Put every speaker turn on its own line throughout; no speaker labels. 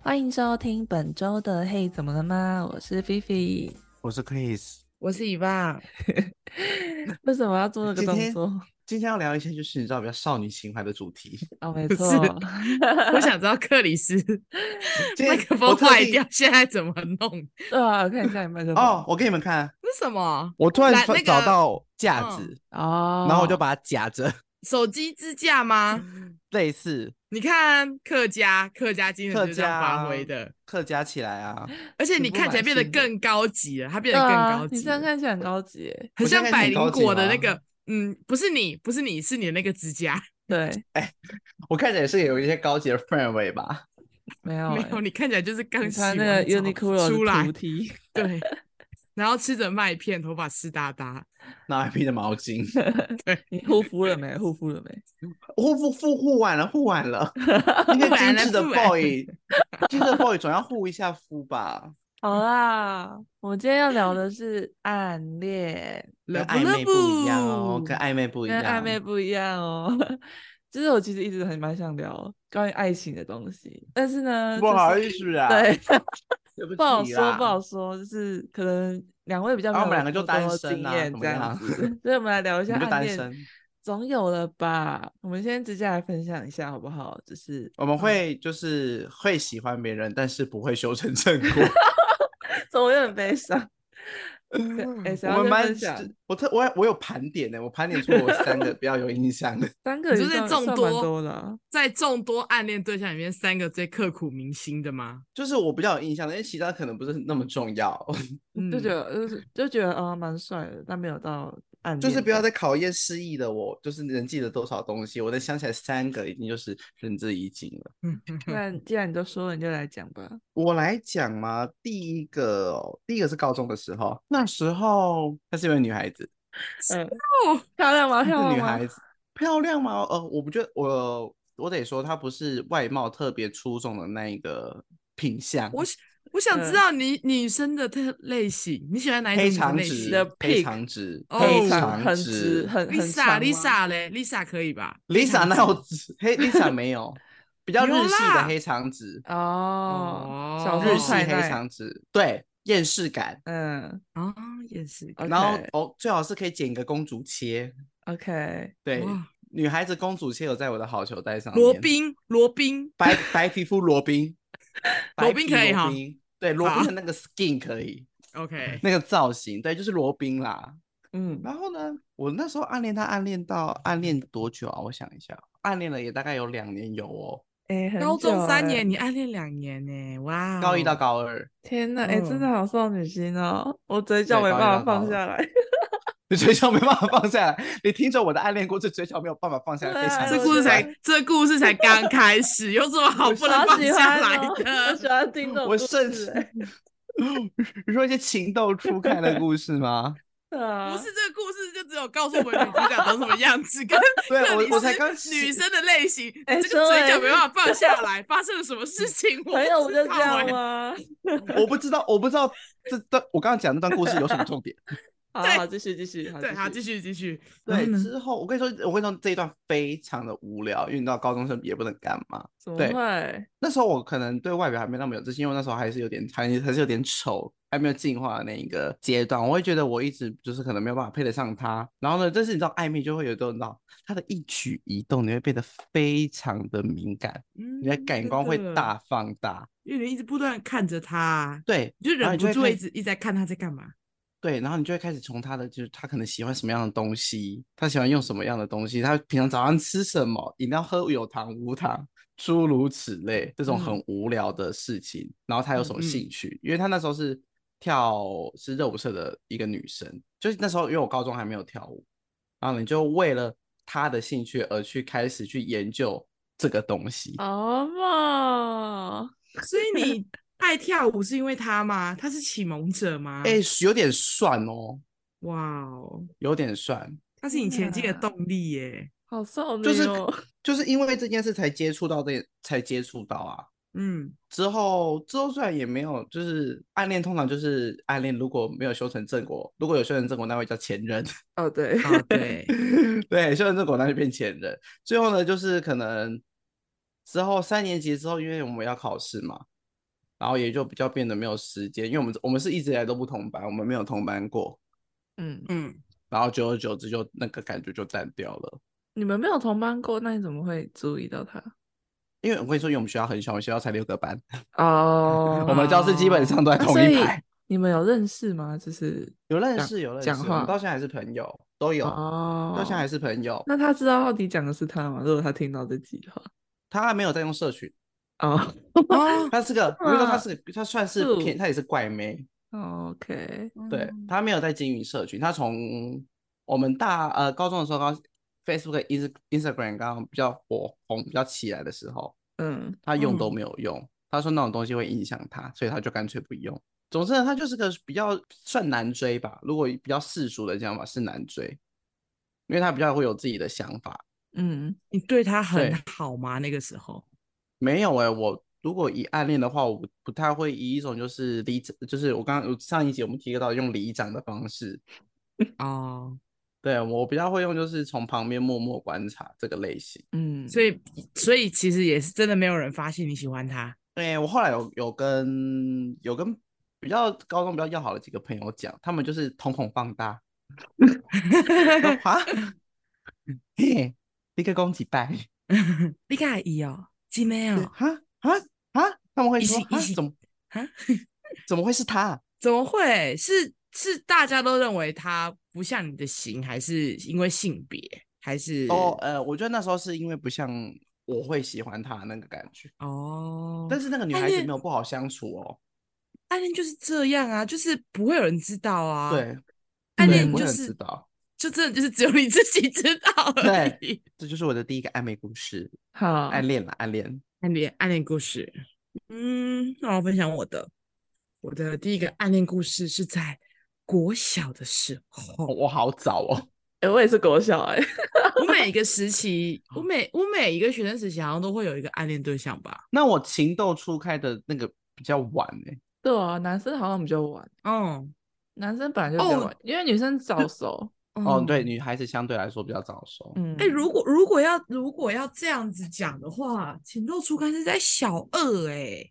欢迎收听本周的《嘿，怎么了吗？》我是菲菲。
我是 Chris，
我是伊爸，
为什么要做这个
今
动
天
作？
今天要聊一些就是你知道比较少女情怀的主题。
哦，没
是
错，
我想知道克里斯
今
麦
天
克
我
风
特
坏
地
掉，现在怎么弄？
对啊，看一下你麦克风。
哦，我给你们看，
那什么
我突然
来
发
那
找
个
到架
嗯
子，
哦，
然后我就把它夹着，
手机支架吗？
类似
你看客家，客家精神
客
就这样
家
发挥的，
客家起来啊。
而且
你
你
不
看起
买
来变得
新的
更高级了，它变
对
得更
啊
高，级
你这样
了，
看起来很高级耶。
很
我现
像
在看
百
起
灵
来很高级
果的
吗
那个，嗯，不是你，不是你，是你的那个支架，
对，
我看起来也是有一些高级的氛围吧。
没有
没
欸，
有，你看起来就是刚
你
洗
穿那
完
个
澡
Uniqlo
出
的
来
图，T，
对，然后吃着麦片，头发湿哒哒，
那还披着毛 巾，
你护肤了没？护肤了没？
护护护护完了，护完 了。那个
护
精
完了
致 的
护完了
boy，精致的 boy 总要护一下肤吧。
好啦，我们今天要聊的是暗恋。
跟
乐
暧昧不一样哦，跟暧昧不一
跟
样。
暧昧不一样哦。就是我其实一直很蛮想聊关于爱情的东西，但是呢，
不
就是
好意思啊，
对，
对不
不好
起
说，
啦
不好说，就是可能两位比较没
啊
有
我们两个
这么
就单
多
身
经
啊
验
怎么
这样
样
子， 所以我们来聊一
我
下
们就
暗
单
恋，
身。
总有了吧？我们先直接来分享一下好不好？就是
我们会就是会喜欢别人，但是不会修成 正果。
总有点悲 伤。哎，谁
我
要
们
先
班
分享？
我特我我有盘点呢，我盘点出我三个比较有印象的。
三个
你
也
说
算
在众
算蛮多的啊，
在众多暗恋对象里面，三个最刻骨铭心 的吗？
就是我比较有印象的，因为其他可能不是那么重要，
就觉
嗯
得就是就觉得啊蛮帅的，但没有到暗恋这样，
就是不要再考验失忆的我，就是能记得多少东西，我能想起来三个，已经就是仁至义尽了。
那既然你都说了，你就来讲 吧。
我来讲嘛，第一个哦、第一个是高中的时候，那时候她是一位女孩子，
嗯，漂亮吗？
是
漂亮
女
吗
孩？子漂亮吗？呃，我不觉得，我我得说她不是外貌特别出众的那一个品相，
我喜我想
嗯
知道你女生的特类型，你喜欢哪一种
黑
女生
长
类
直
型
的 pig
黑长直，
哦
黑
长
长
很直，很很
？Lisa
长吗
Lisa 嘞，Lisa 可以吧
Lisa 那我
有
只黑 Lisa 没有，比较日
有
系的
啦
黑长直，
哦，小
哦
猪
日系
菜
黑
奈，
长直，对，厌世感。
嗯
啊，也是。
OK
然后哦，最好是可以剪一个公主切，
，OK，
对，
哇
女孩子公主切有在我的好球袋上面。
罗宾，罗宾，
白白皮肤罗宾，白
宾
皮
可以
罗
哈
宾，对，罗宾
好
的那个 skin 可以，
，OK，
那个造型，对，就是罗宾啦。
嗯，
然后呢，我那时候暗恋他，暗恋到暗恋多久啊？我想一下，暗恋了也大概有两年有哦，
哎，很
高
久
中三
欸
年，，你暗恋两年呢，哇，哦
高一到，高二，
天呐，哎，真的
嗯
好少女心哦，我嘴角没
高
办
一
法
到
放
高
下来，
你嘴角没办法放下来，你听着我的暗恋故事，嘴角没有办法放下来，
对
非
啊
常
这
我
故事
觉
才
得，
这故事才刚开始，有什么好
我
不能
好
放
喜
下
欢
来
哦我喜
的？
欢听这种故
我甚
事
至
欸
你说一些情窦初开的故事吗？
对啊
不是这个故事就只有告诉我们女主角长什么样子，跟
对
克里
我，我才
斯
刚
女
起
生的类型，
哎
这
说
个嘴
哎
角没办法放下来，发生了什么 事情？我
朋友不
知
就这
道
样
哎？
吗？
我不知道，我不知道这段我刚刚讲那段故事有什么重点。
好
对
好，继续继续，好
对，好，
继
继
续，
续继续。
对，
然后呢
之后我跟你说，我跟你说这一段非常的无聊，因为你知道高中生也不能干嘛。
怎么
对
会？
那时候我可能对外表还没那么有自信，因为那时候还是有点还还是有点丑，还没有进化的那一个阶段。我会觉得我一直就是可能没有办法配得上他。然后呢，但是你知道暧昧就会有这种，你知道他的一举一动，你会变得非常的敏感，
嗯
你的感官会，大放大。
真的因为你一直不断看着他，啊
对
你就
然后
忍
你就
不
会
住
开
一直一直在看他在干嘛。
对，然后你就会开始从他的就是他可能喜欢什么样的东西，他喜欢用什么样的东西，他平常早上吃什么，饮料喝有糖无糖，诸如此类这种
嗯
很无聊的事情。然后他有什么
嗯嗯
兴趣？因为他那时候是跳是热舞社的一个女生，就是那时候因为我高中还没有跳舞，然后你就为了他的兴趣而去开始去研究这个东西。
哦嘛，
所以 你爱跳舞是因为他吗？他是启蒙者吗？
哎、有点算哦，
哇哦，
有点算。
他是你前进的
天哪
动力耶。
好少女
就是
哦。
就是因为这件事才接触到这，才接触到啊。
嗯，
之后之后虽然也没有，就是暗恋通常就是暗恋，如果没有修成正果，如果有修成正果，那会叫前任。
哦，对，
啊对，
对，修成正果那就变前任。最后呢，就是可能之后三年级之后，因为我们要考试嘛，然后也就比较变得没有时间，因为我们我们是一直以来都不同班，我们没有同班过，
嗯，
嗯，
然后久而久之就那个感觉就淡掉了。
你们没有同班过，那你怎么会注意到他？
因为我跟你说，因为我们学校很小，我们学校才六个班，
哦，
我们教室基本上都在
啊
同
所
一
以
排。
你们有认识吗？就是
有认
讲
识有认识，
讲
我们
话
到现在还是朋友，都有，
哦，
到现在还是朋友。
那他知道到底讲的是他吗？如果他听到这句话，
他还没有在用社群，
哦
哦
他是个，
是
因为他
吗
是个，他算是
是嗯
偏，他也是怪妹，
哦，OK，
哦
对他没有在经营社群，他从我们大呃高中的时候，高 Facebook、Ins Instagram 刚刚比较火红、比较起来的时候，
嗯，
他用都
嗯
没有用，他说那种东西会影响他，所以他就干脆不用。总之呢，他就是个比较算难追吧，如果比较世俗的讲法是难追，因为他比较会有自己的想法。
嗯，
你对他很
对
好吗？那个时候，
没有哎、我如果以暗恋的话，我不不太会以一种就是里长，就是我刚刚上一集我们提到用里长的方式，
哦，
对我比较会用就是从旁边默默观察这个类型。
嗯，
所
以
以所以其实也是真的没有人发现你喜欢他，
哎，我后来有有跟有跟比较高中比较要好的几个朋友讲，他们就是瞳孔放 大，说哈，嘿，你个公几拜，
你介意哦，真的
对
哦，
哈哈哈，他们会
一
说
起一
啊
起
怎么
哈，
怎么会是他？啊
怎么会？是是大家都认为他不像你的型，还是因为性别，还是
哦，呃，我觉得那时候是因为不像我会喜欢他那个感觉，
哦？
但是那个女
但
孩子
是
没有不好相处哦。
暗恋就是这样啊，就是不会有人知道啊。，
对，
暗
对
恋
不会
就
很
是
知道，
就真的就是只有你自己知道而
对
已。
这就是我的第一个暧昧故事，
啊
好，
暗恋了，暗恋。
暗恋暗恋故事，嗯，那我分享我的，我的第一个暗恋故事是在国小的时候
哦，我好早哦，
哎、我也是国小哎、
我每一个时期，我每我每一个学生时期好像都会有一个暗恋对象吧。
那我情窦初开的那个比较晚哎、
对啊，男生好像比较晚，
嗯，
男生本来就比较
哦
晚，因为女生早熟，
嗯
哦，对，女孩子相对来说比较早熟。
嗯，
哎、如果如果要如果要这样子讲的话，情窦初开是在小二哎、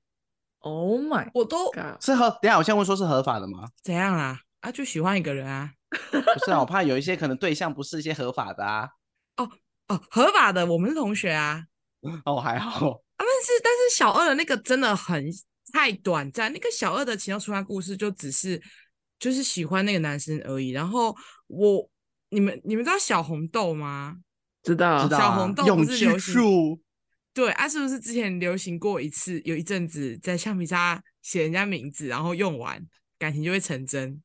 ，Oh my
我都
god，
是合，等一下我先问说是合法的吗？
怎样啦？啊，就喜欢一个人啊。
不是啊，我怕有一些可能对象不是一些合法的啊。
哦，合法的，我们是同学啊。
哦，还好，
啊，但是但是小二的那个真的很太短暂，那个小二的情窦初开故事就只是就是喜欢那个男生而已。然后我你们你们知道小红豆吗？
知道
知道
小
啊
红豆不
永
是
居
流行
树，
对啊，是不是之前流行过一次？有一阵子在橡皮擦写人家名字，然后用完感情就会成真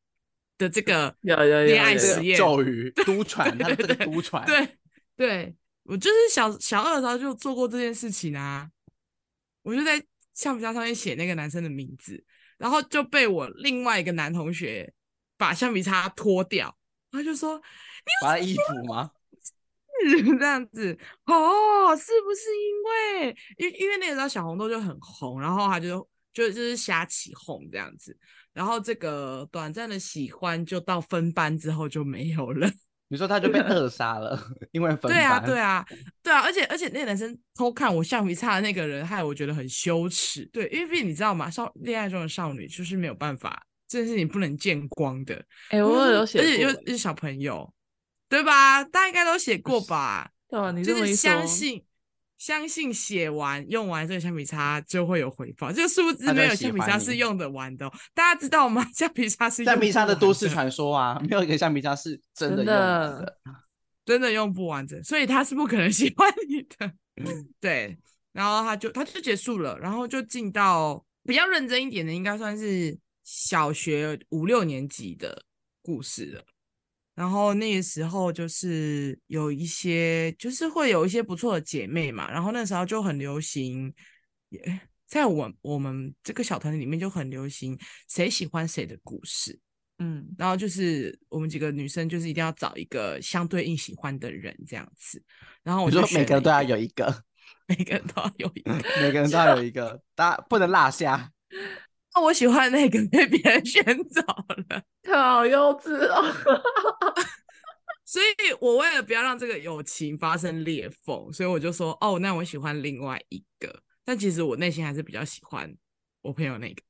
的这个
有有有
恋爱
有
这
实
个
验
咒语都传，它的这
对
个
对
都传，
对对，我就是小小二的时候就做过这件事情啊，我就在橡皮擦上面写那个男生的名字，然后就被我另外一个男同学把橡皮擦脱掉，他就说
把他衣服吗？
是这样子哦，是不是因为因因为那个时候小红豆就很红，然后他就就就是瞎起哄这样子，然后这个短暂的喜欢就到分班之后就没有了。
你说他就被扼杀了，因为分
对啊，
班
对啊，对啊，而且而且那个男生偷看我橡皮擦的那个人，害我觉得很羞耻。对，因为毕竟你知道吗，少恋爱中的少女就是没有办法，这件事情不能见光的。嗯
哎、我有写
而且
过
又
欸，
是小朋友，对吧？大家应该都写过吧？
对啊，你
就
这么
是
一
相
说，
信。相信写完用完这个橡皮擦就会有回报，这个数字
他就
没
会
有
喜
橡皮
欢
擦
你
是用得完的哦、大家知道吗？ 橡皮擦是
橡
用
皮擦
不
的都
完
市传说啊，没有一个橡皮擦是
真
真的用完
的
的。
真的用不完整，所以他是不可能喜欢你的。 对，然后他就他就结束了，然后就进到比较认真一点的，应该算是小学五六年级的故事了。然后那个时候就是有一些，就是会有一些不错的姐妹嘛。然后那时候就很流行，也在我我们这个小团体里面就很流行谁喜欢谁的故事。
嗯，
然后就是我们几个女生就是一定要找一个相对应喜欢的人这样子。然后我
你
就
说
选
每个
了
人
一
都要有一个，
每个人都要有一个。
每个人都要有一个，大家不能落下。
那我喜欢的那个被别人选走了，
好幼稚哦，
所以我为了不要让这个友情发生裂缝，所以我就说哦，那我喜欢另外一个。但其实我内心还是比较喜欢我朋友那 个，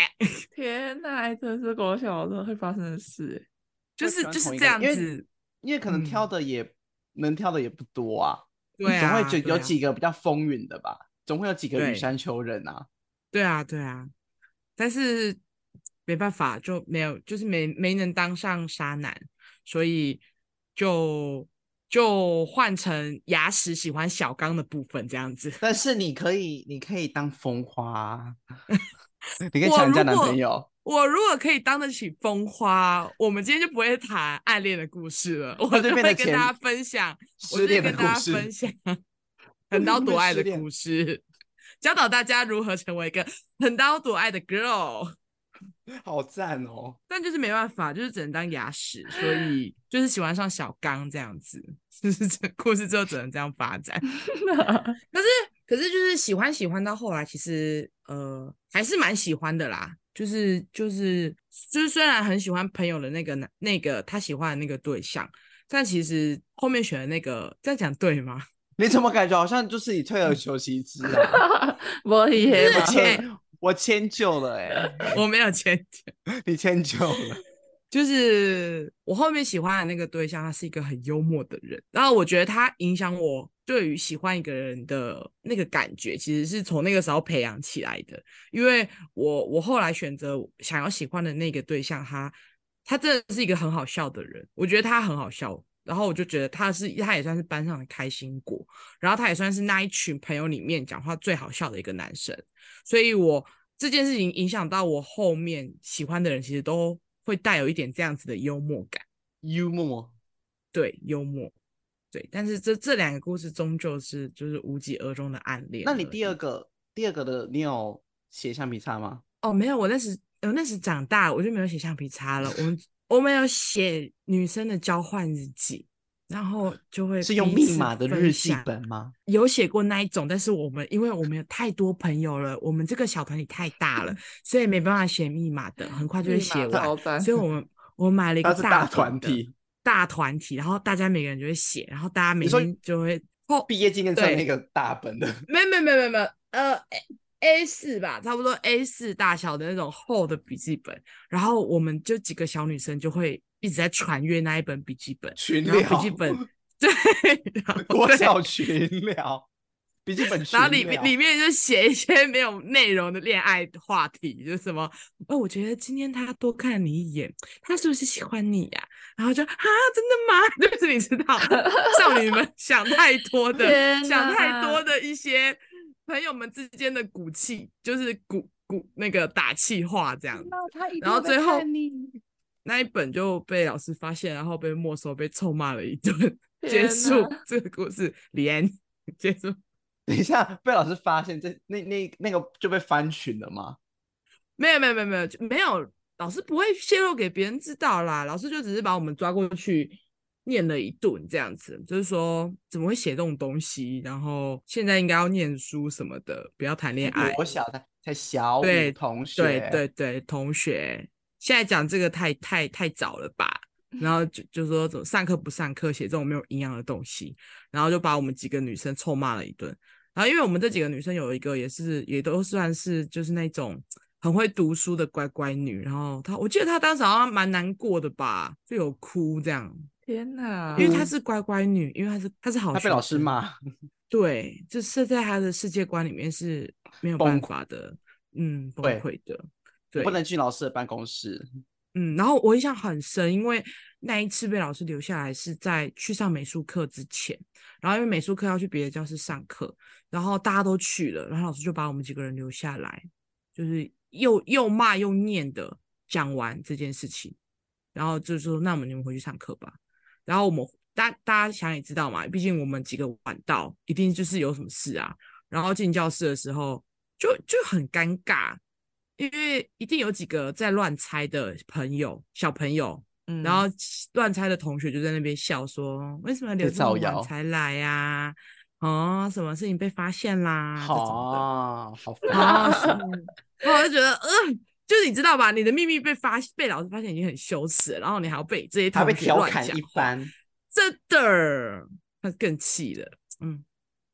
天哪，这是国小的会发生的事 欸。
就
会
是
喜欢
就是
同一
这
个
样
因为
子，
因为可能
嗯
挑的也、能挑的也不多啊，你
对
总
啊，
会觉有
对啊
几个比较风云的吧，总会有几个
对
羽山丘人啊。
对啊，对啊，但是没办法，就没有，就是没没能当上沙男，所以就就换成牙齿喜欢小刚的部分这样子。
但是你可以，你可以当风花啊、你可以
我
抢人
如
家男
果
朋友。
我如果可以当得起风花，我们今天就不会谈暗恋的故事了，我
那就
就会
变得
跟
前
大家分享，我
失
就会
恋的
跟
故
大家
事，
分享横刀夺爱
失
的
恋
故事， 教导大家如何成为一个横刀夺爱的 girl。
好赞哦！
但就是没办法，就是只能当牙屎，所 以就是喜欢上小刚这样子， 就是这故事就只能这样发展。可是 可是就是喜欢喜欢到后来，其实呃还是蛮喜欢的啦。就是就是就是虽然很喜欢朋友的那个男那个他喜欢的那个对象，但其实后面选的那个这样讲对吗？
你怎么感觉好像就是你退而求其次啊？
我也
我
吧
迁我迁就了哎、
我没有前提。
你迁就了，
就是我后面喜欢的那个对象，他是一个很幽默的人，然后我觉得他影响我对于喜欢一个人的那个感觉，其实是从那个时候培养起来的。因为我我后来选择想要喜欢的那个对象，他他真的是一个很好笑的人，我觉得他很好笑，然后我就觉得他是他也算是班上的开心果，然后他也算是那一群朋友里面讲话最好笑的一个男生，所以我这件事情影响到我后面喜欢的人，其实都会带有一点这样子的幽默感，
幽默。
对，幽默，对。但是这这两个故事终究是就是无疾而终的暗恋而
那
已。
你第二个第二个的，你有写橡皮擦吗？
哦，没有，我那时我那时长大了，我就没有写橡皮擦了，我们我们有写女生的交换日记。然后就会
是用
彼
密
此
码的
分
日记
享
本吗？
有写过那一种，但是我们因为我们有太多朋友了，我们这个小团体太 大了，所以没办法写密码的，很快就会写完。
完
所以我们我买了一个
它是大
本
团
的
体，
大团体，然后大家每个人就会写，然后大家每
你说
天就会哦，
毕业纪念册
对
那个大本的，
没有没有没有没有没有，呃，A A 四吧，差不多 A 四大小的那种厚的笔记本，然后我们就几个小女生就会一直在传阅那一本笔记本，
群
然后
聊
笔记 本对，然后
国
对
小群聊，笔记本群聊
然后里面里面就写一些没有内容的恋爱话题，就是什么，哦，我觉得今天他多看了你一眼，他是不是喜欢你呀、然后就啊，真的吗？ 就是你知道，少女 们想太多的，
天
想太多
哪
的一些朋友们之间的骨气，就是骨骨那个打气话这样子。然后最后那一本就被老师发现，然后被没收，被臭骂了一顿，结
天
束
哪
这个故事，李安 结束。
等一下被老师发现，这那那那个就被翻群了吗？
没有没有没有没有就没有，老师不会泄露给别人知道啦，老师就只是把我们抓过去念了一顿这样子，就是说怎么会写这种东西，然后现在应该要念书什么的，不要谈恋爱。
我小才才小五
哎对
同学，
对对对，同学，现在讲这个太太太早了 吧？然后就就说怎么上课不上课，写这种没有营养的东西，然后就把我们几个女生臭骂了一顿。然后因为我们这几个女生有一个也是也都算是就是那种很会读书的乖乖女，然后她我记得她当时好像蛮难过的吧，就有哭这样，
天哪，
因为她
嗯
是乖乖女，因为她是她是好
他被
学
老师
生
骂，
对，这是在他的世界观里面是没有
崩
办
溃
法的，嗯，崩
对
溃的，
我
对，
不能进老师的办公室。
嗯。然后我印象很深，因为那一次被老师留下来是在去上美术课之前，然后因为美术课要去别的教室上课，然后大家都去了，然后老师就把我们几个人留下来，就是又又骂又念的讲完这件事情，然后就说那我们你们回去上课吧，然后我们大大家想也知道嘛，毕竟我们几个晚到，一定就是有什么事啊。然后进教室的时候就就很尴尬，因为一定有几个在乱猜的朋友、小朋友，
嗯
然后其乱猜的同学就在那边笑说：“为什么留
在
这么
造谣
晚才来呀、哦，什么事情被发现啦？啊这种的。
好，好
啊，
烦，
是然后我就觉得，呃，就是你知道吧，你的秘密被发被老师发现已经很羞耻了，然后你还要被这些
他
同
被
学
调
乱
侃
讲
一
话
番。
真的，他更啊气了。嗯，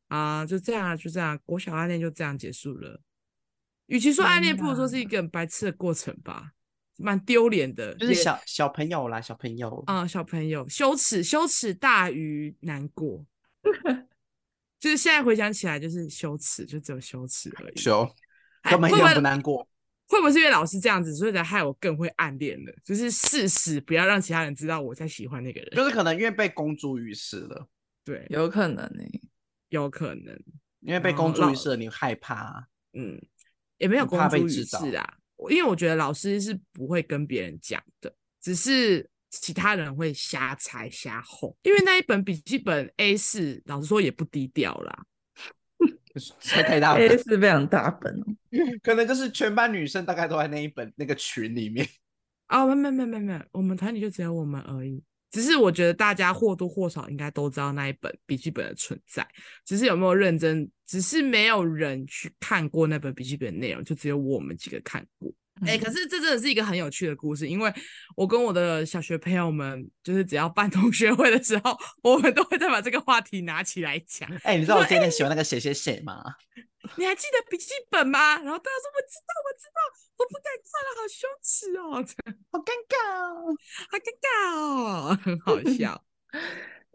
啊，就这样啊，就这样，国小暗恋就这样结束了。与其说暗
天
恋，不如说是一个很白痴的过程吧，蛮丢脸的，
就是
也
小嗯小朋友啦，小朋友，
啊、小朋友羞耻，羞耻大于难 过。就是现在回想起来，就是羞耻，就只有羞耻而已。
羞，
哎
根本一
会不
点不
会
难过。
会不会是因为老师这样子，所以才害我更会暗恋了？就是事实，不要让其他人知道我在喜欢那个人。
就是可能因为被公诸于世了，
对，
有可能呢、
欸有可能，
因为被
哦
公诸
老
于世了，你害怕。
嗯，也没有
你
公
怕
诸
被
于
知
世
道
啊。我因为我觉得老师是不会跟别人讲的，只是其他人会瞎猜瞎哄。因为那一本笔记本 A 四，老实说也不低调啦。
猜太 大
A
了，
是非常大本哦，
可能就是全班女生大概都在那一本那个群里面。
啊、没没没没没，我们团里就只有我们而已。只是我觉得大家或多或少应该都知道那一本笔记本的存在，只是有没有认真，只是没有人去看过那本笔记本的内容，就只有我们几个看过。哎、可
嗯
是这真的是一个很有趣的故事，因为我跟我的小学朋友们，就是只要办同学会的时候，我们都会再把这个话题拿起来讲。
哎、你知道我最近喜欢那个谁谁谁吗？
你还记得笔记本吗？然后大家说我知道，我知道，我不敢看了，好羞耻哦，
好尴尬、哦。
好尴尬哦， 很好 笑，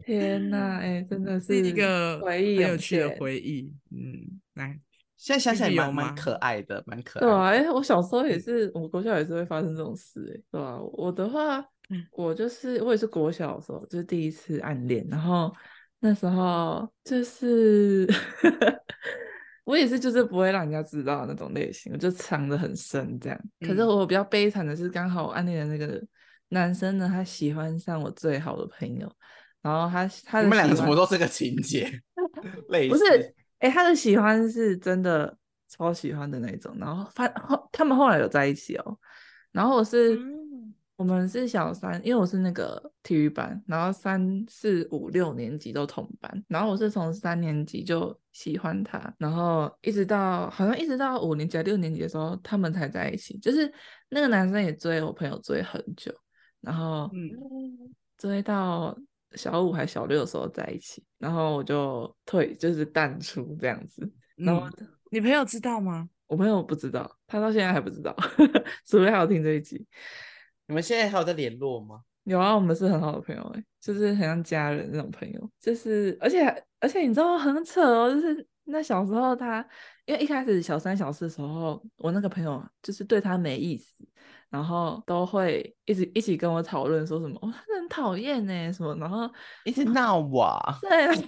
天哪，哎、真的
是
是
一个
回
很
忆
有
涌
趣的
现
回忆。嗯，来，
现在想起来
就是有
蛮
吗
蛮可爱的，蛮可爱
对
的。
啊，哎、我小时候也
嗯
是，我国小也是会发生这种事、欸，对啊，我的话
嗯，
我就是我也是国小的时候，就是第一次暗恋，然后那时候就是 我也是就是不会让人家知道的那种类型，我就藏得很深这样。可是
嗯
我比较悲惨的是，刚好我暗恋的那个男生呢，他喜欢上我最好的朋友，然后他他
你
的
们两
喜
个怎
欢
么都这个情 节，类
不是
似，
哎、他的喜欢是真的超喜欢的那一种，然后发后他们后来有在一起哦，然后我是、
嗯
我们是小三，因为我是那个体育班，然后三四五六年级都同班，然后我是从三年级就喜欢他，然后一直到好像一直到五年级还六年级的时候，他们才在一起，就是那个男生也追我朋友追很久，然后
嗯，
追到小五还小六的时候在一起，然后我就退，就是淡出这样子。然后
嗯你朋友知道吗？
我朋友不知道，他到现在还不知道， 除非他有听这一集。
你们现在还有在联络吗？
有啊，我们是很好的朋友、欸，就是很像家人那种朋友，就是而且而且你知道很扯哦，就是那小时候他，因为一开始小三小四的时候，我那个朋友就是对他没意思，然后都会一直一起跟我讨论说什么，哦，他很讨厌呢什么，然后
一直闹我，啊
对，然后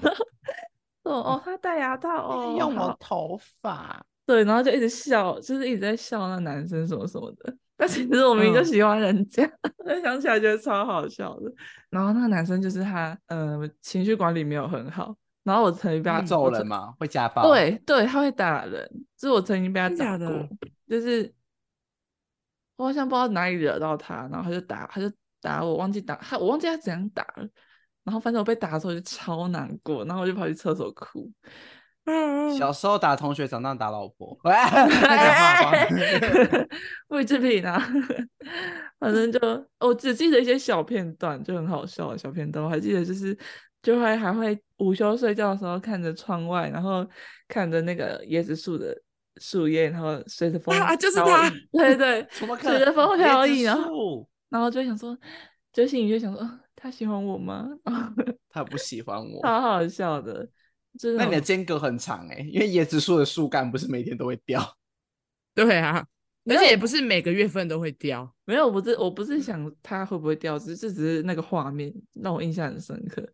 说哦他戴牙套哦，
用我
好
头发。
对，然后就一直笑，就是一直在笑那男生什么什么的。但其实我明明就
嗯
喜欢人家， 但想起来觉得超好笑的。然后那个男生就是他，呃，情绪管理没有很好。然后我曾经被他
他
嗯
揍
我
人
曾
吗？会家暴？，
对对，他会打人，就是我曾经被他
真
打
假的
过，就是我好像不知道哪里惹到他，然后他就打，他就打我，忘记打他，我忘记他怎样打了。然后反正我被打的时候我就超难过，然后我就跑去厕所哭。
嗯，嗯
小时候打同学，长大打老婆。 喂，
哎
在讲话吗？
卫制品啊，反正就我只记得一些小片段，就很好笑的小片段。我还记得就是，就会还会午休睡觉的时候看着窗外，然后看着那个椰子树的树叶，然后随着风
啊就是
飘
他
逸， 对对，
什么可
随着风飘
椰
逸，啊
子
然后
树
然后就想说，就心里就想说，啊他喜欢我吗？
他不喜欢我。
超好哦笑的，真的
那你的
很。
间隔很长哎、因为椰子树的树干不是每天都会掉。
对啊，
没
而且
有
也不是每个月份都会掉。
没有，我不是我不
嗯
是想他会不会掉，只是这只是那个画面让我印象很深刻，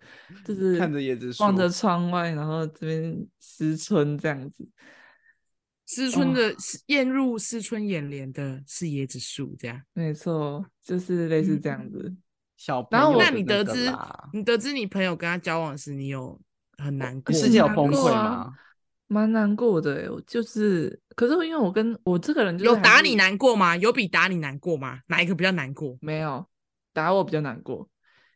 就是
嗯看着椰子树，
望着窗外，然后这边思春这样子。
思春
哇
的思艳入思春眼帘的是椰子树，这样。
没错，就是类似这样
嗯
子。
小朋
然后
友
我
的
那你
那
得
个
知
啦
你得知你朋友跟他交往时，你有很难过吗，
世界有
难
崩
过
溃
啊
吗？
蛮难过的欸，我就是，可是因为我跟我这个人就是
有
还
打
是
你难过吗？有比打你难过吗？哪一个比较难过？
没有打我比较难过，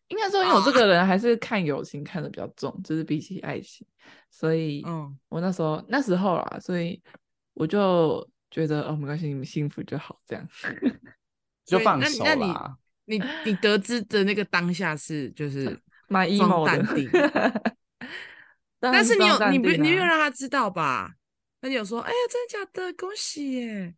应该说因为
啊
我这个人还是看友情看的比较重，就是比起爱情，所以
嗯，
我那时候那时候啦，所以我就觉得哦没关系，你们幸福就好这样。
就
所以
放
那你
手
那你
啦。
你你得知的那个当下是就是
蛮
装
emo
淡定
的，
但是你有
装淡
你不
定
你没有
啊
让他知道吧？那你有说，哎呀，真的假的？恭喜耶！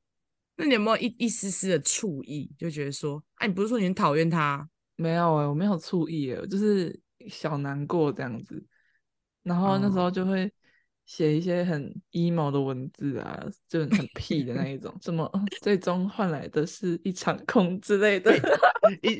那你有没有一一丝丝的醋意，就觉得说，哎、你不是说你很讨厌他？
没有哎、我没有醋意哎、我就是小难过这样子。然后那时
哦
候就会写一些很 emo 的文字啊，就很屁的那一种，什么呃最终换来的是一场空之类 的。
一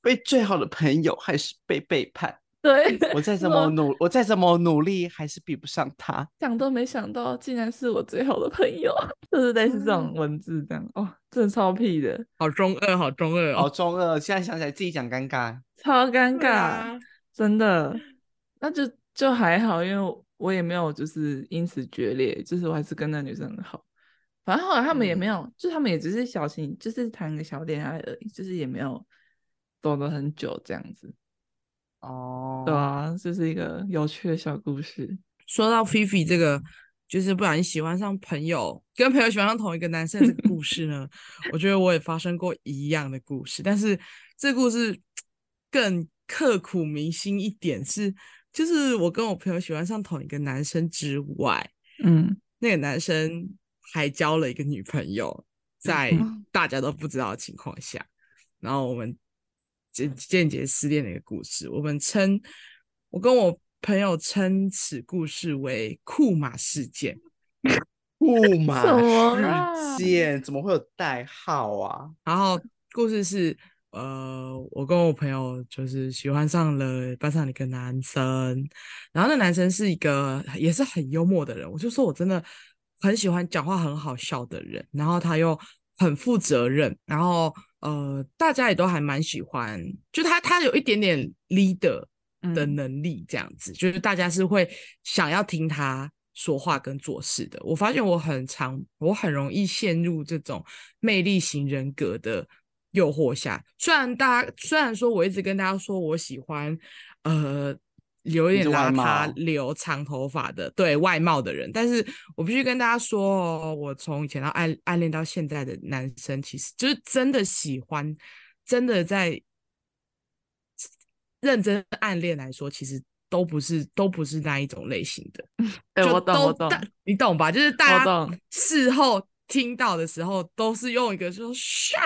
被最好的朋友还是被背叛，
对，
我再
什
怎
么
么努，我再怎么努力，还是比不上 他。
想都没想到，竟然是我最好的朋友， 就是类似这种
嗯
文字这样。哇、真的超屁的，
好中二，好中二
好
哦！
中二，现在想起来自己讲尴尬。
超尴
对
尬。
啊
真的， 那就就还好，因为我我也没有就是因此决裂，就是我还是跟那女生很好。反正后来他们也没有，就他们也只是小情，就是谈个小恋爱而已，就是也没有走得很久这样子。
哦
对啊，就是一个有趣的小故事。
说到菲菲这个，就是不小心喜欢上朋友，跟朋友喜欢上同一个男生的这个故事呢，我觉得我也发生过一样的故事，但是这故事更刻骨铭心一点是，就是我跟我朋友喜欢上同一个男生之外，
嗯，
那个男生还交了一个女朋友，在
嗯
大家都不知道的情况下，然后我们间间接失恋的一个故事，我们称我跟我朋友称此故事为“库马事 件
不
什么
马
啊
事件怎么会有代号啊？”。
然后故事是，呃，我跟我朋友就是喜欢上了班上的一个男生，然后那男生是一个也是很幽默的人，我就说我真的很喜欢讲话很好笑的人，然后他又很负责任，然后呃，大家也都还蛮喜欢，就他他有一点点 leader 的
嗯
能力，这样子、就是大家是会想要听他说话跟做事的。我发现我很常，我很容易陷入这种魅力型人格的诱惑下。虽然大家虽然说我一直跟大家说我喜欢，呃。有一
你是
点
外
邋
貌
遢、留长头发的，对外貌的人，但是我必须跟大家说哦，我从以前到暗暗恋到现在的男生，其实就是真的喜欢，真的在认真暗恋来说，其实都不是都不是那一种类型的。
哎、
就
我懂，我
都
懂，
大你懂吧？就是大
我
家
懂
事后听到的时候，都是用一个说 “shut”，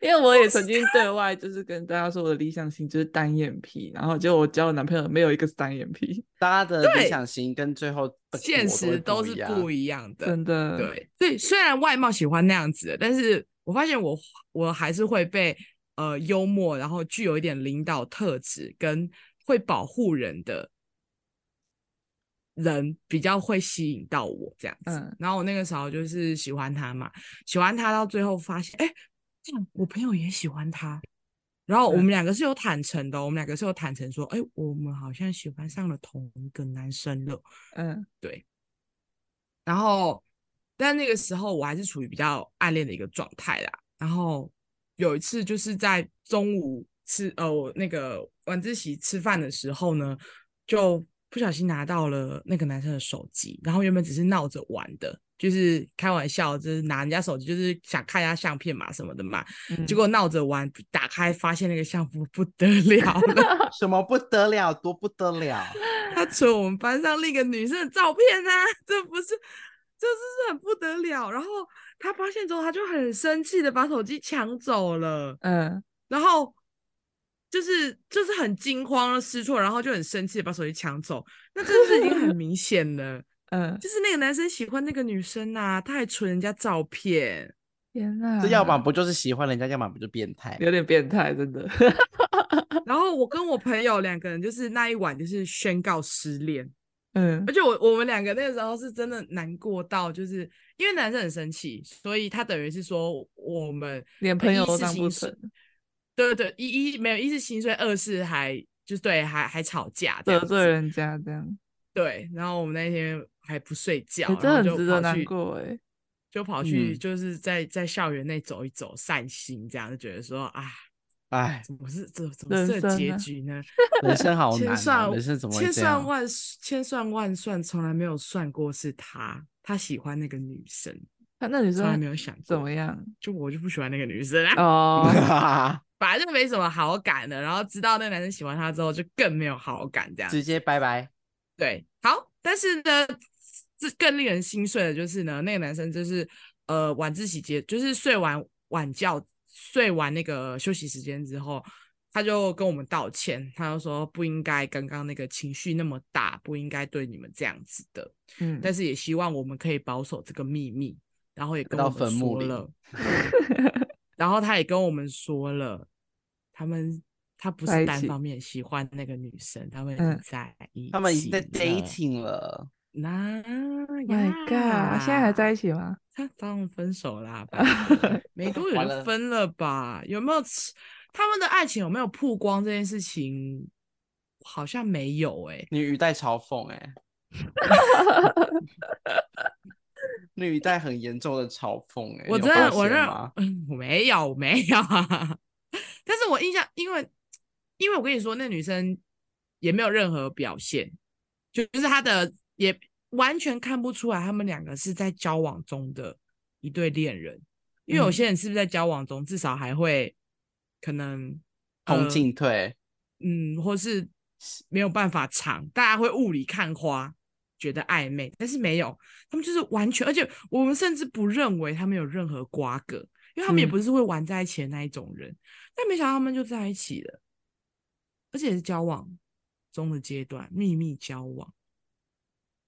因为我也曾经对外就是跟大家说我的理想型就是单眼皮，然后结果我交的男朋友没有一个是单眼皮，
大家的理
对
想型跟最后的
现
结果
实都
哎会
是
不
不
一样。
一样的。
真的。，
对，所以虽然外貌喜欢那样子的，但是我发现我我还是会被呃幽默，然后具有一点领导特质跟会保护人的人比较会吸引到我这样子。
嗯
然后我那个时候就是喜欢他嘛，喜欢他到最后发现，哎、这样我朋友也喜欢他。然后我
嗯
们两个是有坦诚的哦、我们两个是有坦诚说，哎，我们好像喜欢上了同一个男生了。
嗯
然后，但那个时候我还是处于比较暗恋的一个状态啦。然后有一次就是在中午吃呃我那个晚自习吃饭的时候呢，就不小心拿到了那个男生的手机，然后原本只是闹着玩的，就是开玩笑，就是拿人家手机，就是想看一下相片嘛什么的嘛。
嗯，
结果闹着玩，打开发现那个相簿不得了了，
什么不得了，多不得了！
他存我们班上另一个女生的照片啊，这不是，这是很不得了。然后他发现之后，他就很生气的把手机抢走了，
嗯
然后就是就是很惊慌失措，然后就很生气的把手机抢走。那这就是已经很明显了，
嗯，
就是那个男生喜欢那个女生啊，他还存人家照片，
天呐，
这要么不就是喜欢人家，要么不就变态。
有点变态，真 的。
然后我跟我朋友两个人就是那一晚就是宣告失恋。
嗯
而且我我们两个那个时候是真的难过到，就是因为男生很生气，所以他等于是说我们
连
呃
朋
一
友都
是
当
心
不
碎
成，
对对，一一没有一是心碎，二是还就是对还还吵架这
得
样
罪
子，
人家这样，
对。然后我们那天还不睡觉，
欸、
然
这
后
很
就
值得
跑
难
去
过哎、
就跑去
嗯
就是在在校园内走一走散心，这样就觉得说啊，
哎，
怎么是怎么怎么
人
是
生
这结
啊
局呢？
人生好
千
难
算
哦，人生怎么会
千
这
算
样？
万千算万算，从来没有算过是他，他喜欢那个女生，
那那你
从来
说
没有想
怎
过
么 样？
就我就不喜欢那个女生啊，
哦，
本来就没什么好感的，然后知道那个男生喜欢她之后，就更没有好感这样。
直接拜拜。
对，好，但是呢，这更令人心碎的就是呢，那个男生就是呃晚自习结，就是睡完晚觉，睡完那个休息时间之后，他就跟我们道歉，他就说不应该刚刚那个情绪那么大，不应该对你们这样子的，
嗯，
但是也希望我们可以保守这个秘密，然后也跟
到
我们
坟墓
说
里
了，然后他也跟我们说了，他们。他不
在
是
一
单
起
方面喜欢那个女生，他们已
嗯
经在一起了，
他们已经在 dating 了，
那
，Oh My God，现在还在一起吗？
他当然分手啦，拜 托没多久
完
就
了
分了吧？有没有吃他们的爱情有没有曝光这件事情？好像没有欸诶、
你语带嘲讽哎、 欸，你语带很严重的嘲讽哎、欸，
我
你
真
有
的
发
我
现
认
吗
我没有我没有、啊，但是我印象因为因为我跟你说那女生也没有任何表现，就就是她的也完全看不出来他们两个是在交往中的一对恋人，因为有
嗯
些人是不是在交往中至少还会可能
同
呃
进退，
嗯，或是没有办法藏，大家会雾里看花，觉得暧昧，但是没有，他们就是完全，而且我们甚至不认为他们有任何瓜葛，因为他们也
嗯
不是会玩在一起的那一种人，但没想到他们就在一起了，而且是交往中的阶段，秘密交往。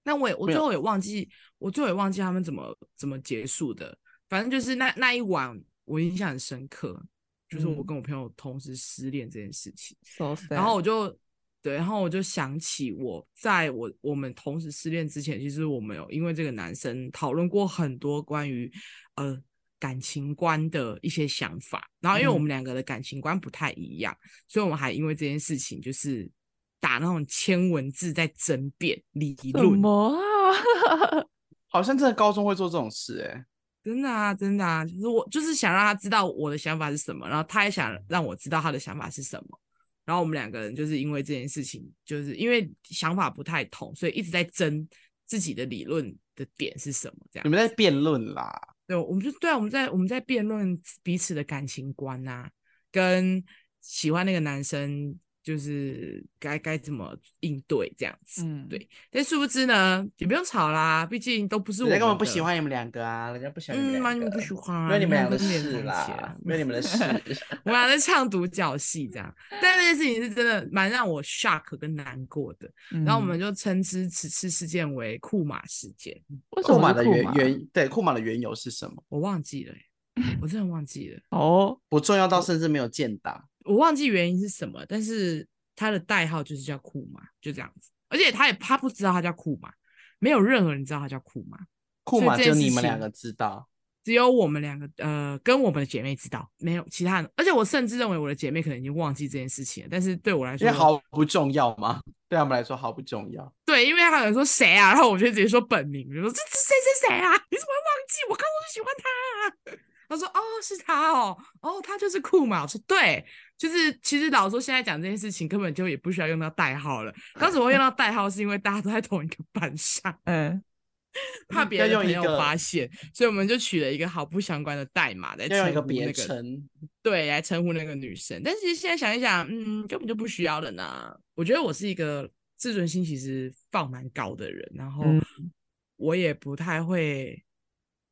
那我也我
没
最
有
后也忘记，我最后也忘记他们怎么怎么结束的，反正就是那那一晚我印象很深刻，就是我
嗯
跟我朋友同时失恋这件事情。
，so sad。
然后我就对，然后我就想起我在我我们同时失恋之前，其实我们有因为这个男生讨论过很多关于呃感情观的一些想法。然后因为我
嗯
们两个的感情观不太一样，所以我们还因为这件事情就是打那种千文字在争辩理
什
论。
么 啊？
好像真的高中会做这种事哎、欸，
真的啊，真的啊，就是我就是想让他知道我的想法是什么，然后他也想让我知道他的想法是什么，然后我们两个人就是因为这件事情，就是因为想法不太同，所以一直在争自己的理论的点是什么，这
你
样。
们在辩论啦，
对，我们就对啊，我们在我们在辩论彼此的感情观呐、跟喜欢那个男生就是该该怎么应对这样子。
嗯，
对但殊不知呢，也不用吵啦，毕竟都不是我
人家
们
根本不喜
的。
欢你们两个啊，人家不喜欢你
嗯，
们
妈，
两
你
个，
们不喜欢，
因为你们两
两个
个
都是
事
连在一起啊
啦，因为你们的事
我俩在唱独角戏这样，但这件事情是真的蛮让我 shock 跟难过的。
嗯
然后我们就称之此次事件为库马事件，
为什
库
么
马
是
的
库
原
马
原对库马的缘由是什么？
我忘记了欸、我真的忘记了，
哦，
不重要到
嗯
甚至没有建档，
我忘记原因是什么，但是他的代号就是叫库马，就这样子。而且他也他不知道他叫库马，没有任何人知道他叫库马，
库
所以
马
这
只有
件
你
事
们两
情
个知道，
只有我们两个呃跟我们的姐妹知道，没有其他人。而且我甚至认为我的姐妹可能已经忘记这件事情了，但是对我来
因
说，哎
为毫不重要嘛， 对他们来说毫不重要。
对，因为他有人说谁啊，然后我就直接说本名，我就说这这谁谁谁啊，你怎么会忘记？我刚刚就喜欢他、啊。他说哦，是他哦，哦，他就是库嘛。我说对，就是其实老实说现在讲这件事情根本就也不需要用到代号了。当时我会用到代号是因为大家都在同一个班上，
嗯，
怕
嗯
别
要
人
用
的朋
一
友
个
发现，所以我们就取了一个毫不相关的代码来
要用一
称
个
呼那
别
个，
称，
对，来称呼那个女生。但其实现在想一想，嗯，根本就不需要了呢。我觉得我是一个自尊心其实放蛮高的人，然后
嗯
我也不太会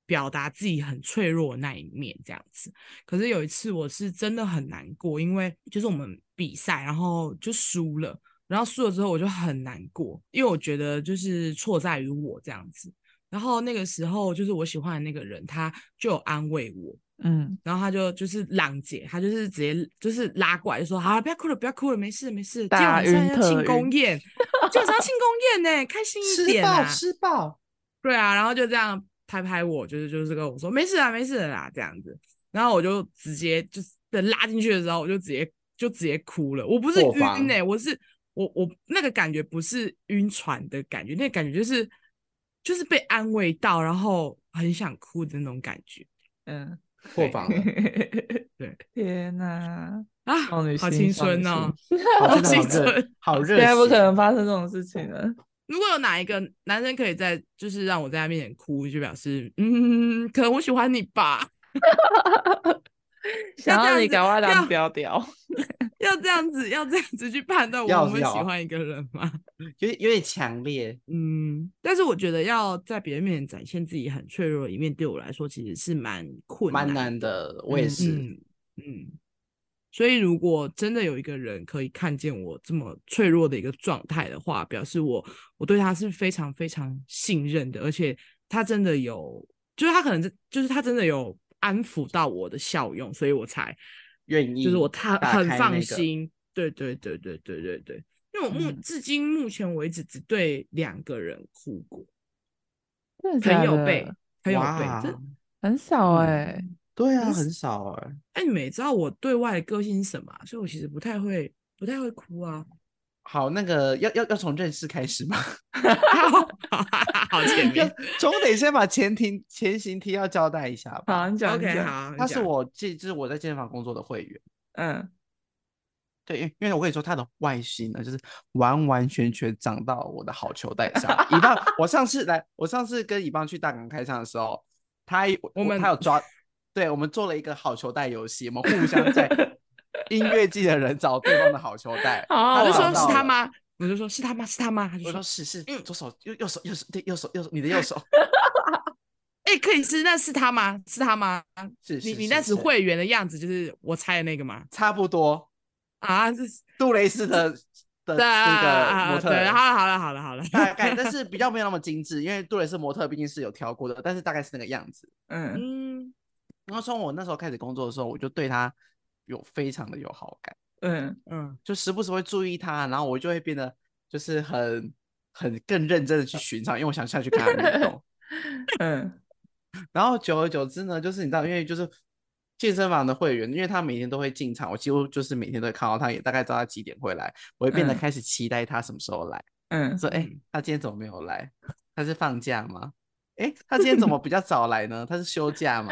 表达自己很脆弱的那一面这样子。可是有一次我是真的很难过，因为就是我们比赛，然后就输了。然后输了之后我就很难过，因为我觉得就是错在于我这样子。然后那个时候就是我喜欢的那个人，他就有安慰我，
嗯
然后他就就是浪姐，他就是直接就是拉过来就说：“好啊了，不要哭了，不要哭了，没事没事，今天
大
晚上
晕
要
特
庆功
晕
宴，今晚上要庆功宴呢，开心
嗯
一
吃
点
爆
啊！
吃爆，
对啊，然后就这样拍拍我，就是就是跟我说没事啊，没事的啦，这样子。然后我就直接就是被拉进去的时候，我就直接就直接哭了。我不是
破
晕
防
哎、我是我我那个感觉不是晕船的感觉，那个感觉就是就是被安慰到，然后很想哭的那种感觉
嗯，
破
对
防了，
对，
天哪，
啊，
少女
好
心
青
少女
春哦！
好真的好
青
热
春，
好热
现在不可
血，
能发生这种事情了。
如果有哪一个男生可以在就是让我在他面前哭，就表示嗯，可能我喜欢你吧。
想
这
要
样
你
子
赶快
要
当标标，
要这样子，要这样子去判断
要
我
是
们喜
要啊
欢一个人吗？
有点有点强烈，
嗯，但是我觉得要在别人面前展现自己很脆弱的一面，对我来说其实是蛮困
蛮
难
难的。我也
嗯
是，
嗯嗯，所以如果真的有一个人可以看见我这么脆弱的一个状态的话，表示我我对他是非常非常信任的，而且他真的有，就是他可能真就是他真的有安抚到我的效用，所以我才
愿意
就是我他
打
很
开
放
那个
心。对对对对对对对，因为我目、
嗯
至今目前为止只对两个人哭过，
真的
朋
假
友
的
辈，朋友辈，
哇
真
很少
嗯
哎、
对啊，很少哎、
哎，你们也知道我对外的个性是什么啊、所以我其实不太会，不太会哭啊。
好，那个要要要从认识开始吗？
好 前面
总得先把前提前行提要交代一下吧。
好，你讲
OK，
你讲
好，
他是
你讲
我这这是我在健身房工作的会员。
嗯，
对，因为因为我跟你说，他的外形呢，就是完完全全长到我的好球袋上。以棒，我上次来，我上次跟以棒去大港开唱的时候，他
我们
他有抓，对我们做了一个好球袋游戏，我们互相在音乐季的人找对方的好球 袋。
好好
我就说
找
玩
到
是他
了？
妈，我就说是他妈，是他妈，他就
我
说
说是是，
嗯
左手右右手右手对右手右手你的右手
哎、可以是那是他吗？是他吗？
是
你
是
你
是
那时
是
会员的样子就是我猜的那个吗？
差不多，
啊，是
杜蕾斯的的
对
那呃个模
啊，
特
对，
儿
好了好了好了好了，
大概，但是比较没有那么精致，因为杜蕾斯模特毕竟是有挑过的，但是大概是那个样子。
嗯，
嗯，
然后从我那时候开始工作的时候，我就对他有非常的有好感，
嗯，
嗯，
就时不时会注意他，然后我就会变得就是很很更认真的去寻找，因为我想下去看他运动。
嗯，
然后久而久之呢，就是你知道，因为就是健身房的会员，因为他每天都会进场，我几乎就是每天都会看到他，也大概知道他几点会来，我会变得
嗯
开始期待他什么时候来。
嗯，
说，哎、
嗯
他今天怎么没有来？他是放假吗？哎、他今天怎么比较早来呢？他是休假吗？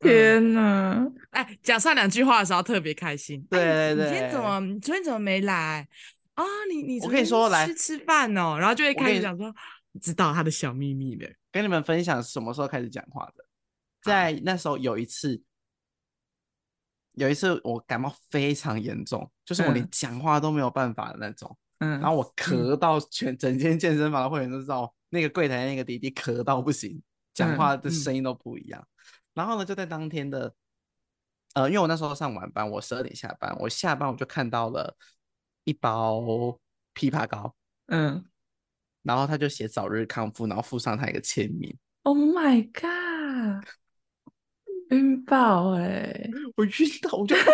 天哪，
哎，讲上两句话的时候特别开心。
对
哎你
对
你今天怎
对
么？你昨天怎么没来？啊，你你
我
昨
跟你
天
说来
去吃饭哦，然后就会
我
开
跟
始
你
讲说，知道他的小秘密了。
跟你们分享什么时候开始讲话的。在那时候有一次，有一次我感冒非常严重，就是我连
嗯
讲话都没有办法的那种，
嗯，
然后我咳到全整间健身房的会员都知道，那个柜台那个弟弟咳到不行，讲
嗯
话的
嗯
声音都不一样。然后呢，就在当天的，呃，因为我那时候上晚班，我十二点下班，我下班我就看到了一包枇杷膏，
嗯
然后他就写早日康复，然后附上他一个签名。
，Oh my god，晕爆哎、
我晕到，我就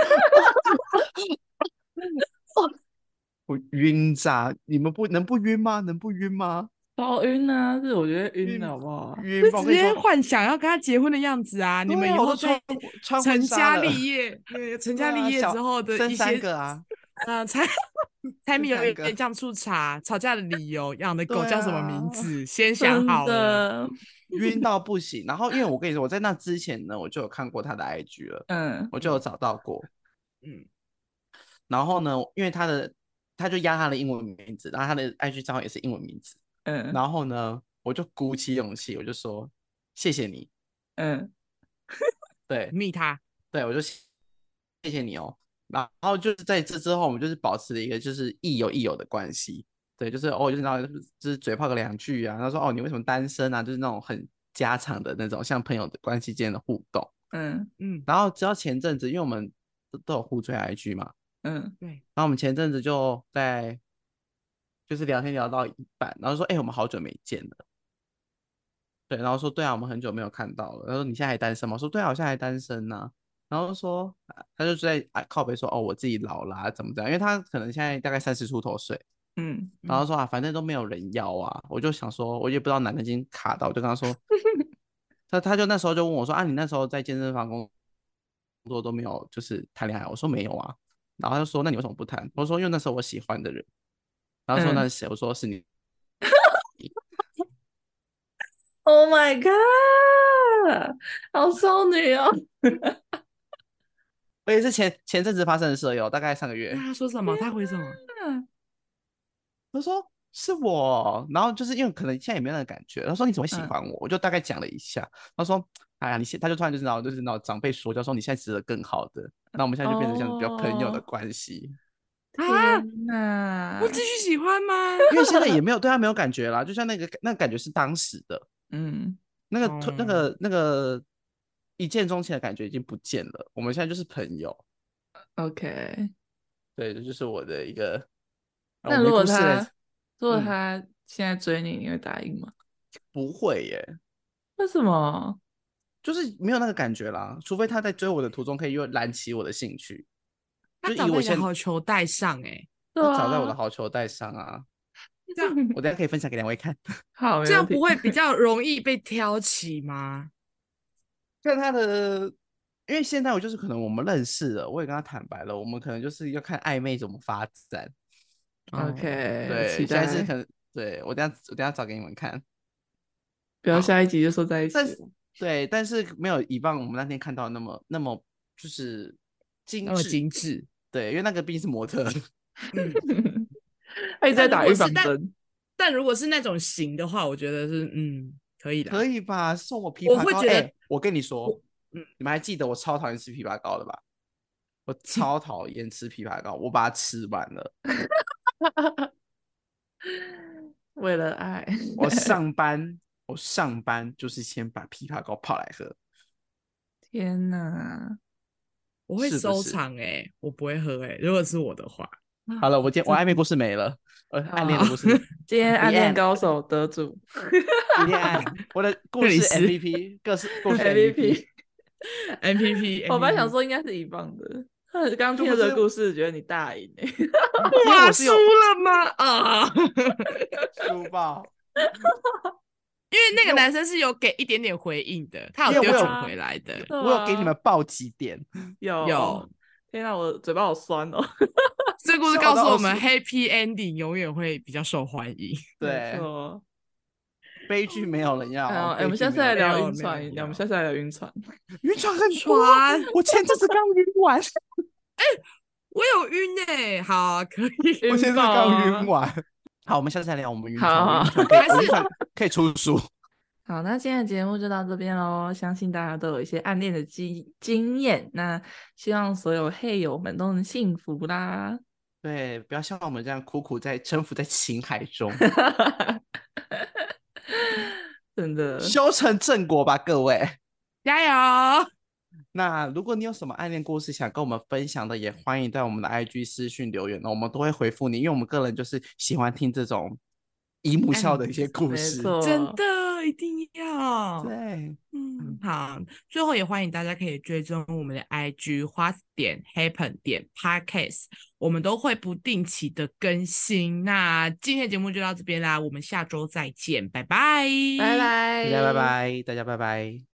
我晕炸！你们不能不晕吗？能不晕吗？
好晕啊，这我觉得晕
晕
的好不好啊？
晕吧！
就
我
直
跟你
接
说，
幻想要跟他结婚的样子啊！你
对
们以
啊我
后
都穿
在
穿
成
婚纱
家
了
立业，对，成家
对啊
立业
小
之后的
生
一
三
些
个 啊，
啊，柴柴米
生
油
三
盐
个
酱醋茶，吵架的理由，养的狗
对
叫什么名
啊
字，先想
真
好
的，
了。
晕到不行。然后因为我跟你说，我在那之前呢，我就有看过他的 IG 了，
嗯
我就有找到过。
嗯，
然后呢，因为他的他就压他的英文名字，然后他的 IG 账号也是英文名字。
嗯
然后呢，我就鼓起勇气，我就说谢谢你，
嗯
对，
密他，
对，我就谢谢谢你哦。然后就是在这之后，我们就是保持了一个就是益友益友的关系。对，就是偶尔就是然后就是嘴炮个两句啊，然后说哦你为什么单身啊，就是那种很家常的那种像朋友的关系间的互动。
嗯
嗯
然后直到前阵子，因为我们都都有互追 IG 嘛，
嗯
然后我们前阵子就在就是聊天聊到一半，然后说哎、我们好久没见了。对，然后说对啊，我们很久没有看到了。他说你现在还单身吗？我说对啊，我现在还单身呐、然后说啊他就在啊靠北说哦，我自己老啦、怎么怎样？因为他可能现在大概三十出头岁，
嗯，
然后说啊，反正都没有人要啊。我就想说，我也不知道哪根筋卡到，我就跟 他说，他他就那时候就问我说啊，你那时候在健身房工作都没有就是谈恋爱？我说没有啊。然后他就说那你为什么不谈？我说因为那时候我喜欢的人。然后说
嗯
那是谁？我说是你。
Oh my god！好少女哦，
我也是前
啊
前阵子发生的事而已哦，大概上个月
那。他说什么？他回什么？
他说是我。然后就是因为可能现在也没那个感觉，他说你怎么会喜
嗯
欢我？我就大概讲了一下，他说哎呀，你现他就突然就是那种就是那种长辈说教说你现在值得更好的，那我们现在就变成像比较朋友的
哦
关系，
啊，
天哪，
会继续喜欢吗？
因为现在也没有对他没有感觉啦，就像那个那个感觉是当时的
嗯，
那个突那
哦
个那个一见钟情的感觉已经不见了，我们现在就是朋友。
OK，
对，这就是我的一个。
那
啊我们的
如果
故事嘞
他如果
嗯
他现在追你，你会答应吗？
不会耶，
为什么？
就是没有那个感觉啦，除非他在追我的途中可以又燃起我的兴趣，
他
就
长
以
在
我
你的
先
好球带上哎、
对
他找在我的
啊，
好球袋上 啊，
这样
我等一下可以分享给两位看。
好，
哦
没
这样
问题
不会 比较容易被挑起吗？
看他的，因为现在我就是可能我们认识了，我也跟他坦白了，我们可能就是要看暧昧怎么发展。
哦
OK，
对，
期
现在是
待
可能，对我等一下我等一下找给你们看。
不要下一集就说在一起
但
了
是。对，但是没有以往我们那天看到那么那么就是精
那么
致，
精致，
对，因为那个毕竟是模特。
嗯，
他一直在
但
打
如
预
果是
防
但
针，
但如果是那种型的话，我觉得是嗯可以的，
可以吧？送我枇
我
杷
会
膏。
觉得
哎我跟你说
我，嗯
你们还记得我超讨厌吃枇杷膏的吧？我超讨厌吃枇杷膏，我把它吃完了。
为了 爱，
我上班，我上班就是先把枇杷膏泡来喝。
天哪！
我会
是不
收
是
藏哎、我不会喝哎、如果是我的 话，
好了，我今天我暧昧故事没了，呃，暗恋的故事，
今 天暗
The
恋
end
高手得 主
今天 暗恋我的故
克里
事
斯
MVP，各是 故事
MVP，
M P P，
我本来想说应该是一棒的，但是刚听了这个故事，觉得你大赢欸
因为
哇
我
输
是有
了吗？啊，
书 包，
因为那个男生是有给一点点回应的，他
因
有
为
丢
我有
球回来 的，
对
我有给你
啊
们报几点，
有
有。
天哪，我嘴巴好酸哦。
这故事
笑
告诉
到
我们
是
，Happy Ending 永远会比较受欢 迎。
没
对，
错。
悲剧没有人要。
好，哎，
悲
我们
剧
下次
没有
来
人
聊
有
晕
没
船一
有没
下，我们
有
下次来聊晕船。
晕船很多，
船，
我前阵子刚晕完，
我有晕哎、好啊，可以。
我
晕
现在
爆
刚
啊
晕完。 好，我们下次再聊我们晕船。
好
我们
好
晕船可以
还
我们
是
晕船可以出 书。
好，那今天的节目就到这边喽。相信大家都有一些暗恋的经经验，那希望所有黑友们都能幸福啦。
对，不要像我们这样苦苦在沉浮在情海 中，
真的，
修成正果吧，各位。
加油！
那如果你有什么暗恋故事想跟我们分享的，也欢迎在我们的 IG 私讯留言哦，我们都会回复你，因为我们个人就是喜欢听这种姨母笑的一些故
哎没
事。
错，
真的一定要。
对，
嗯，好，最后也欢迎大家可以追踪我们的 IG 花点 happen 点 podcast，我们都会不定期的更新。那今天的节目就到这边啦，我们下周再见，拜拜，
拜拜，
大家拜拜，大家拜拜。